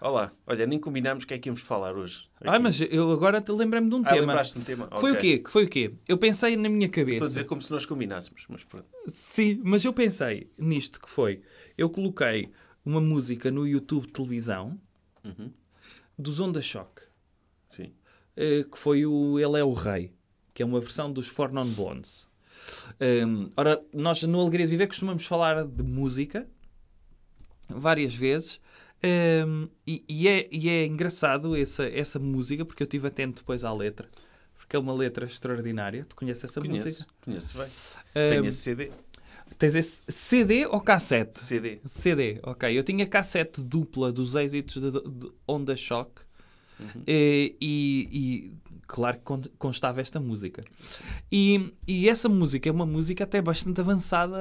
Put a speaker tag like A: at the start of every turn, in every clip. A: Olá, olha, nem combinámos o que é que íamos falar hoje.
B: Ai, Ah, mas eu agora te lembrei-me de um
A: Ah,
B: tema.
A: lembraste de um tema?
B: Foi
A: Ok.
B: o quê? Que Foi o quê? Eu pensei na minha
A: Estou a
B: cabeça.
A: dizer É como se nós combinássemos, mas pronto.
B: Sim, mas eu pensei nisto que foi. Eu coloquei uma música no YouTube televisão dos Onda Choque,
A: Uhum. Sim.
B: eh, que foi o Ele é o Rei, que é uma versão dos Four Non Blondes. Hum, ora, nós no Alegria de Viver costumamos falar de música várias vezes. hum, e, e é, e é engraçado essa, essa música, porque eu estive atento depois à letra, porque é uma letra extraordinária. Tu conheces essa
A: Conheço,
B: música?
A: conheço bem. Tenho esse CD.
B: Tens esse CD ou cassete?
A: CD.
B: CD, ok. Eu tinha cassete dupla dos êxitos de, de Onda Shock eh, e, e claro que con- constava esta música. E, e essa música é uma música até bastante avançada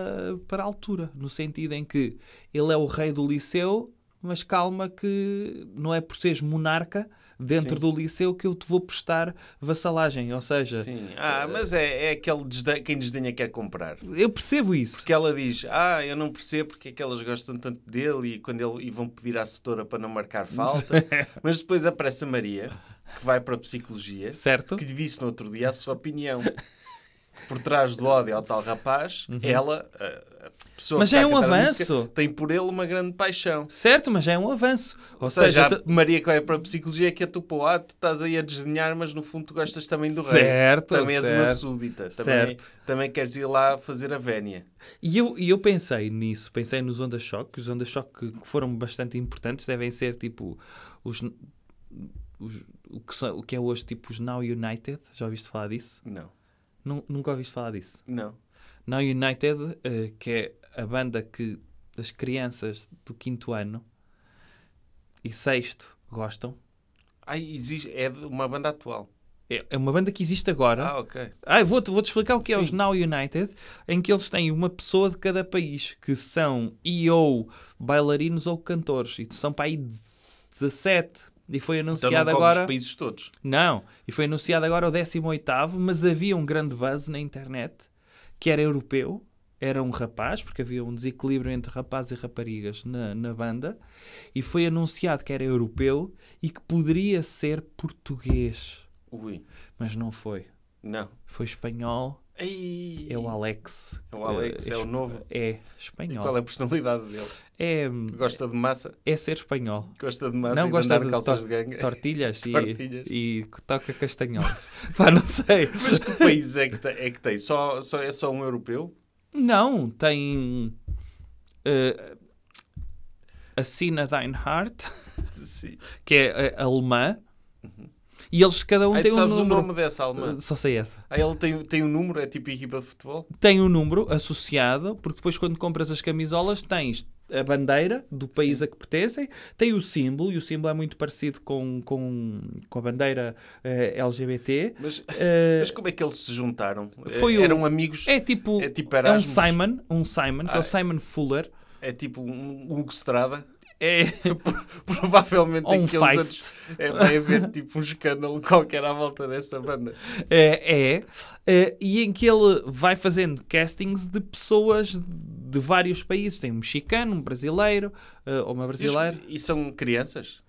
B: para a altura, no sentido em que ele é o rei do liceu, mas calma que não é por seres monarca dentro do liceu que eu te vou prestar vassalagem, ou seja...
A: Sim. Ah, mas é, é aquele desda- quem desdenha quer comprar.
B: Eu percebo isso.
A: Porque ela diz, ah, eu não percebo porque é que elas gostam tanto dele e, quando ele, e vão pedir à setora para não marcar falta. mas depois aparece a Maria, que vai para a psicologia,
B: Certo?
A: que lhe disse no outro dia a sua opinião. Por trás do ódio ao tal rapaz, ela, a- a pessoa
B: Uhum. Mas
A: que
B: já
A: está
B: é
A: a
B: um
A: cantar a música,
B: avanço.
A: tem por ele uma grande paixão.
B: Certo, mas já é um avanço. Ou,
A: Ou seja,
B: seja,
A: a
B: tu-
A: Maria que vai para a psicologia que é tu para o ato, estás aí a desenhar, mas no fundo tu gostas também do rei.
B: Certo,
A: Também és uma
B: certo.
A: súdita. Também,
B: Certo.
A: também queres ir lá fazer a vénia.
B: E eu, e eu pensei nisso, pensei nos Onda Choque, que os Onda Choque que foram bastante importantes devem ser tipo os, os- o, que são, o que é hoje tipo os Now United, já ouviste falar disso?
A: Não,
B: Nu- nunca ouviste falar disso.
A: não.
B: Now United, eh, que é a banda que as crianças do quinto ano e sexto gostam.
A: Ai, exige, é de uma banda atual.
B: É é uma banda que existe agora.
A: Ah, ok.
B: Ah, vou-te vou-te explicar o que é os
A: Sim.
B: Now United, em que eles têm uma pessoa de cada país, que são e ou bailarinos ou cantores, e são para aí 17. E foi
A: Então
B: anunciado
A: não agora... os
B: agora.
A: países todos.
B: Não, e foi anunciado agora o 18, mas havia um grande buzz na internet que era europeu, era um rapaz, porque havia um desequilíbrio entre rapazes e raparigas na, na banda, e foi anunciado que era europeu e que poderia ser português,
A: Ui,
B: mas não foi.
A: não.
B: Foi espanhol
A: Ai,
B: é o Alex.
A: É o Alex, é o
B: esp-
A: novo.
B: É
A: E qual
B: espanhol.
A: é a personalidade dele?
B: É,
A: Gosta de massa?
B: é ser espanhol.
A: Gosta Ah, de massa
B: não
A: e
B: gosta
A: de
B: de
A: andar calças
B: tor-
A: de ganga?
B: tortilhas,
A: Tortilhas.
B: E, e toca castanholas. Pá, não sei.
A: Mas que país é que tem? É, que tem? Só, só, é só um europeu?
B: Não, tem. eh, a Sina Deinhardt,
A: Sim.
B: que é eh, alemã. E eles, cada um
A: Uhum. Ai,
B: tem
A: tu
B: um
A: sabes o
B: número.
A: nome dessa alemã?
B: Eh, Só sei essa.
A: Ah, ele tem, tem um número, é tipo equipa de futebol?
B: Tem um número associado, porque depois, quando compras as camisolas, tens a bandeira do país a que pertencem, tem o símbolo, e o símbolo é muito parecido com, com, com a bandeira eh, LGBT.
A: Mas,
B: Eh,
A: mas como é que eles se juntaram?
B: É, foi
A: Eh,
B: o-
A: Eram amigos?
B: é tipo.
A: é tipo
B: um
A: Erasmus?
B: Simon, um Simon, que é
A: Ah,
B: o Simon Fuller.
A: É tipo um Hugo Strada?
B: É,
A: Provavelmente
B: Ou um
A: daqueles
B: Feist.
A: anos é, vai haver tipo um escândalo qualquer à volta dessa banda.
B: é, é, eh, e em que ele vai fazendo castings de pessoas de vários países. Tem um mexicano, um brasileiro, eh, ou uma
A: E os-
B: brasileira.
A: E são crianças?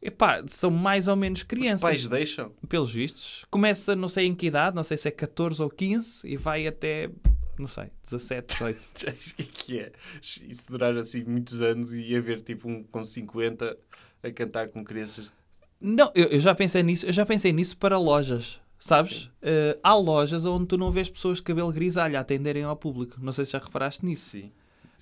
B: Epá, são mais ou menos
A: Os
B: crianças.
A: pais deixam?
B: pelos vistos. Começa, não sei em que idade, não sei se é 14 ou 15, e vai até, não sei, 17, 18.
A: Sabes o que é que é? Isso durar assim muitos anos e haver tipo um com 50 a cantar com crianças.
B: não, eu, eu já pensei nisso, eu já pensei nisso para lojas. Sabes? Eh, há lojas onde tu não vês pessoas de cabelo grisalho a atenderem ao público. Não sei se já reparaste nisso.
A: Sim.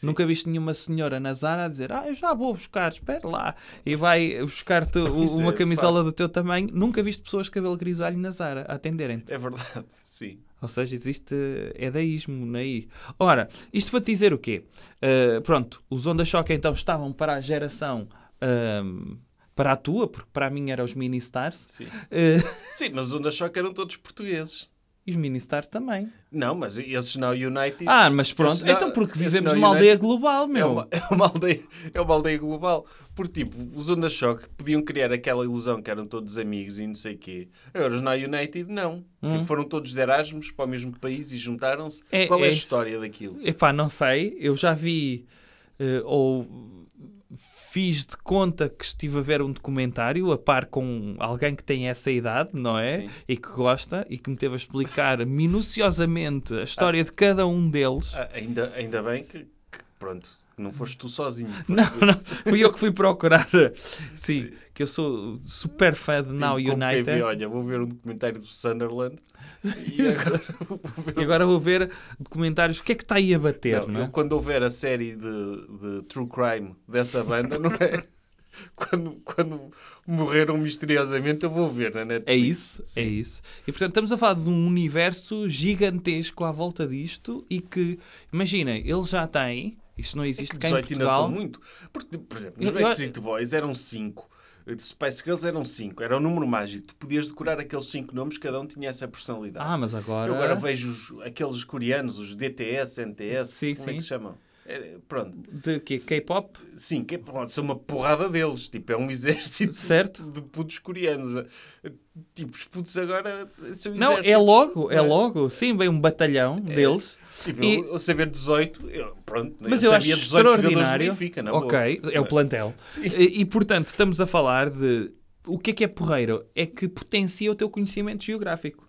B: Nunca viste nenhuma senhora na Zara a dizer Ah, eu já vou buscar, espera lá. E vai buscar-te o-
A: Pois é,
B: uma
A: pá.
B: camisola do teu tamanho. Nunca viste pessoas de cabelo grisalho na Zara a atenderem-te.
A: É verdade, sim.
B: Ou seja, existe edaísmo naí. Ora, isto para te dizer o quê? Ah, pronto, os Onda Choque então estavam para a geração... ahm, para a tua, porque para a minha eram os mini stars.
A: Sim,
B: Ah,
A: sim mas os Onda Choque eram todos portugueses.
B: E os Ministars também.
A: Não, mas esses não United.
B: Ah, mas pronto.
A: esses não-
B: então porque
A: esses
B: vivemos
A: não
B: numa
A: United-
B: aldeia global,
A: É
B: meu.
A: uma, é, uma aldeia, é uma aldeia global. Porque, tipo, os Onda Choque podiam criar aquela ilusão que eram todos amigos e não sei o quê. Agora, os Now United, não. Que foram todos de Erasmus para o mesmo país e juntaram-se.
B: Hum. É-
A: Qual é,
B: é
A: a
B: isso.
A: história daquilo?
B: Epá, não sei. Eu já vi eh, ou fiz de conta que estive a ver um documentário a par com alguém que tem essa idade, não é?
A: Sim.
B: E que gosta e que me teve a explicar minuciosamente a história de cada um deles.
A: Ah, ainda, ainda bem que, que, pronto, não foste tu sozinho.
B: Não, não, fui eu que fui procurar. Sim, que eu sou super fã de Now
A: Como quem vê,
B: United.
A: olha, vou ver um documentário do Sunderland e agora vou ver
B: E agora vou ver documentários. O que é que está aí a bater,
A: Não,
B: não é?
A: eu quando houver a série de, de True Crime dessa banda, não é? quando, quando morreram misteriosamente, eu vou ver na
B: É
A: Netflix.
B: isso, é isso. E portanto estamos a falar de um universo gigantesco à volta disto e que, imaginem, ele já tem, isto não existe
A: É
B: cá
A: Que
B: em
A: 18 ainda são
B: Portugal.
A: muito. Porque, por exemplo, nos
B: Eu- eu-
A: Backstreet Boys eram 5. De Spice Girls eram 5. Era um número mágico. Tu podias decorar aqueles 5 nomes, cada um tinha essa personalidade.
B: Ah, mas agora...
A: Eu agora vejo os- aqueles coreanos, os DTS, NTS,
B: Sim,
A: como é
B: sim.
A: que se chamam? É, pronto.
B: De quê? K-pop?
A: Sim, que é, pronto, são uma porrada deles. Tipo, é um exército
B: Certo.
A: de putos coreanos. Tipo, os putos agora são
B: Não, é
A: exércitos.
B: logo, é
A: É.
B: logo. Sim, vem um batalhão deles.
A: Tipo,
B: E-
A: eu, eu saber 18, eu, pronto, né,
B: Mas
A: eu,
B: eu, acho
A: sabia 18 jogadores
B: extraordinário.
A: do Benfica, não
B: ok, é o plantel. E, e, portanto, estamos a falar de o que é que é porreiro? É que potencia o teu conhecimento geográfico.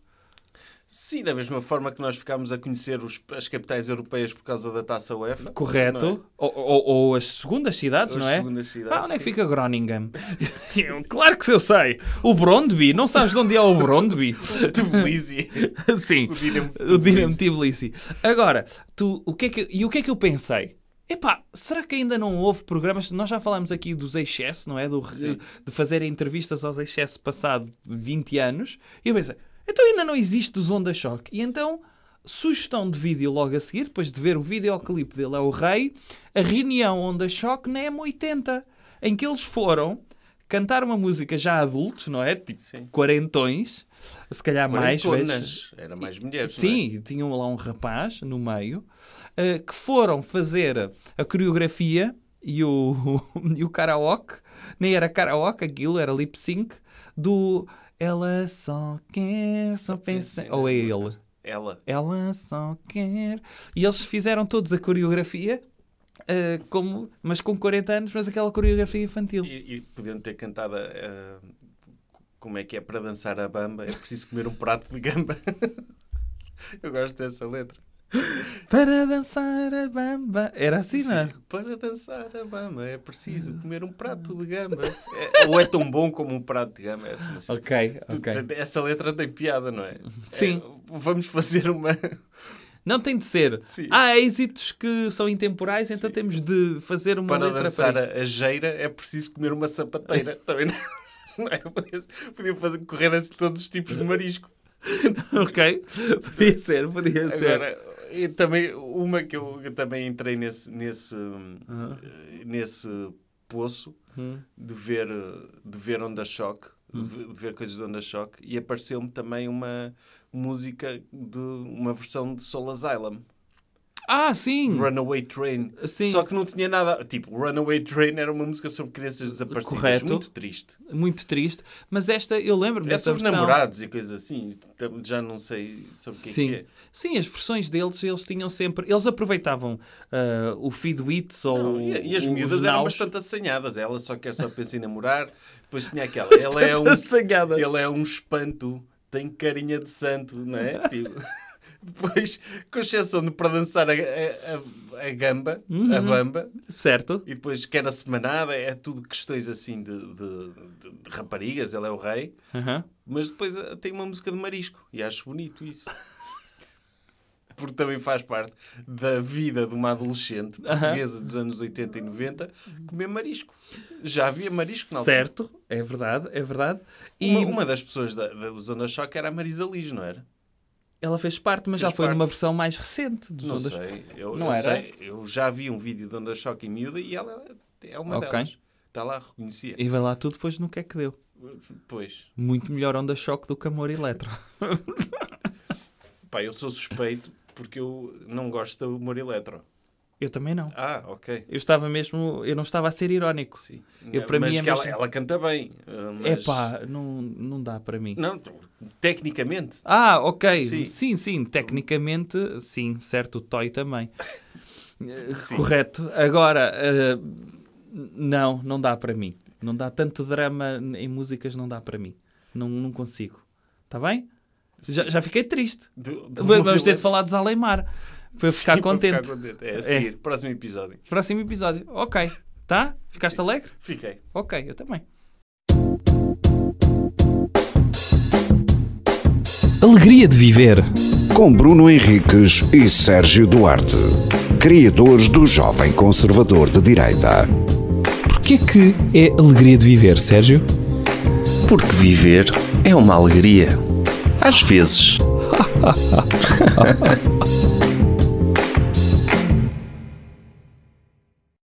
A: Sim, da mesma forma que nós ficámos a conhecer os- as capitais europeias por causa da taça UEFA. não é?
B: Correto. Ou, ou- ou as segundas cidades,
A: Ou as
B: não é?
A: segundas cidades,
B: ah, onde é que
A: sim.
B: fica Groningen? Eu, claro que se eu sei. O Brondby. Não sabes de onde é o Brondby?
A: Tbilisi.
B: Sim.
A: O Dinamo de
B: O Dinamo de Tbilisi. Agora, tu, o que é que, e o que é que eu pensei? Epá, será que ainda não houve programas? Nós já falámos aqui dos ex não é? Do, de fazer entrevistas aos ex passado 20 anos. E eu pensei, então ainda não existe os Onda Choque. E então, sugestão de vídeo logo a seguir, depois de ver o videoclipe dele é o Rei, a reunião Onda Choque na M80, em que eles foram cantar uma música já adultos, não é? Tipo,
A: Sim. quarentonas.
B: quarentões, se calhar mais. vejo.
A: é? Era mais mulheres. não é?
B: Sim, tinham lá um rapaz no meio eh, que foram fazer a coreografia e o, e o karaoke, nem era karaoke aquilo, era lip sync, do Ela só quer, só pensa. Ou é ele?
A: Ela.
B: Ela só quer. E eles fizeram todos a coreografia, eh, como, mas com 40 anos, mas aquela coreografia infantil.
A: E, e podiam ter cantado ah, como é que é para dançar a bamba, é preciso comer um prato de gamba. Eu gosto dessa letra.
B: Para dançar a bamba. Era assim, não é?
A: Sim, Para dançar a bamba é preciso comer um prato de gamba. É- ou é tão bom como um prato de gamba. Essa, música.
B: Ok,
A: Tu-
B: ok.
A: tu- essa letra tem piada, não é?
B: Sim.
A: É, vamos fazer uma.
B: Não tem de ser.
A: Sim.
B: Há êxitos que são intemporais, então temos de fazer uma
A: Para
B: letra
A: dançar
B: para isto.
A: a, a geira é preciso comer uma sapateira. Também não- não é? Podia- Podia fazer correr assim todos os tipos de marisco.
B: ok? Podia ser, podia ser.
A: Agora, e também uma que eu, eu também entrei nesse nesse eh, nesse poço
B: Hum.
A: de ver eh, de ver onda choque, de ve- de ver coisas de onda choque e apareceu-me também uma música de uma versão de Soul Asylum,
B: Ah, sim!
A: Runaway Train.
B: Sim.
A: Só que não tinha nada, tipo, Runaway Train era uma música sobre crianças desaparecidas,
B: Correto.
A: muito triste.
B: Muito triste. Mas esta, eu lembro-me
A: É
B: dessa
A: sobre
B: versão.
A: namorados e coisas assim, tam- já não sei sobre o que é
B: Sim.
A: que é.
B: Sim, as versões deles, eles tinham sempre. Eles aproveitavam ah, o Feedwits ou.
A: Não, e, e as
B: o-
A: miúdas
B: os
A: eram
B: naus.
A: bastante assanhadas. Ela só quer só pensar em namorar. Depois tinha aquela.
B: Bastante
A: Ela é um,
B: assanhadas.
A: ele é um espanto, tem carinha de santo, não é? Tipo, depois, com exceção de para dançar a, a- a- a gamba,
B: Uhum.
A: a bamba,
B: Certo?
A: e depois quer a semanada, é tudo questões assim de, de- de- de raparigas. Ele é o rei.
B: Aham.
A: Mas depois eh, tem uma música de marisco e acho bonito isso. Porque também faz parte da vida de uma adolescente portuguesa dos anos 80 e 90 comer marisco. Já havia marisco na altura.
B: Certo, é verdade, é verdade. E
A: Uma, uma das pessoas da, da Zona Choque era a Marisa Liz, não era?
B: ela fez parte, mas
A: Fez
B: já foi
A: parte.
B: numa versão mais recente dos
A: Não
B: Ondas.
A: sei. Eu,
B: Não
A: eu
B: era?
A: sei. Eu já vi um vídeo de Onda Choque em miúda e ela é uma
B: Ok.
A: delas. Está lá, reconhecia.
B: E vai lá tu depois no que é que deu.
A: Pois.
B: Muito melhor onda choque do que amor eletro.
A: Pá, eu sou suspeito porque eu não gosto de humor eletro.
B: Eu também não.
A: Ah, ok.
B: Eu estava mesmo, eu não estava a ser irónico.
A: Sim.
B: Eu, para
A: mas
B: mim, é
A: que ela,
B: mesmo-
A: ela canta bem. ah,
B: É
A: Mas...
B: pá, não, não dá para mim.
A: Não, tecnicamente.
B: Ah, ok.
A: Sim.
B: Sim. sim, Tecnicamente, sim, certo. O Toy também. Eh, Correto. Agora, eh, não, não dá para mim. Não dá tanto drama em músicas, não dá para mim. Não, não consigo. Está bem? Já, já fiquei triste.
A: Do, do humor
B: Vamos ter de
A: eletro.
B: falar de Zalemar para eu
A: Sim,
B: ficar
A: para
B: contente.
A: ficar contente. É, a seguir. Próximo episódio.
B: Próximo episódio. Ok. Tá? Ficaste alegre?
A: Fiquei.
B: Ok, eu também.
C: Alegria de viver.
D: Com Bruno Henriques e Sérgio Duarte, criadores do Jovem Conservador de Direita.
C: Porquê que é alegria de viver, Sérgio?
E: Porque viver é uma alegria. Às vezes.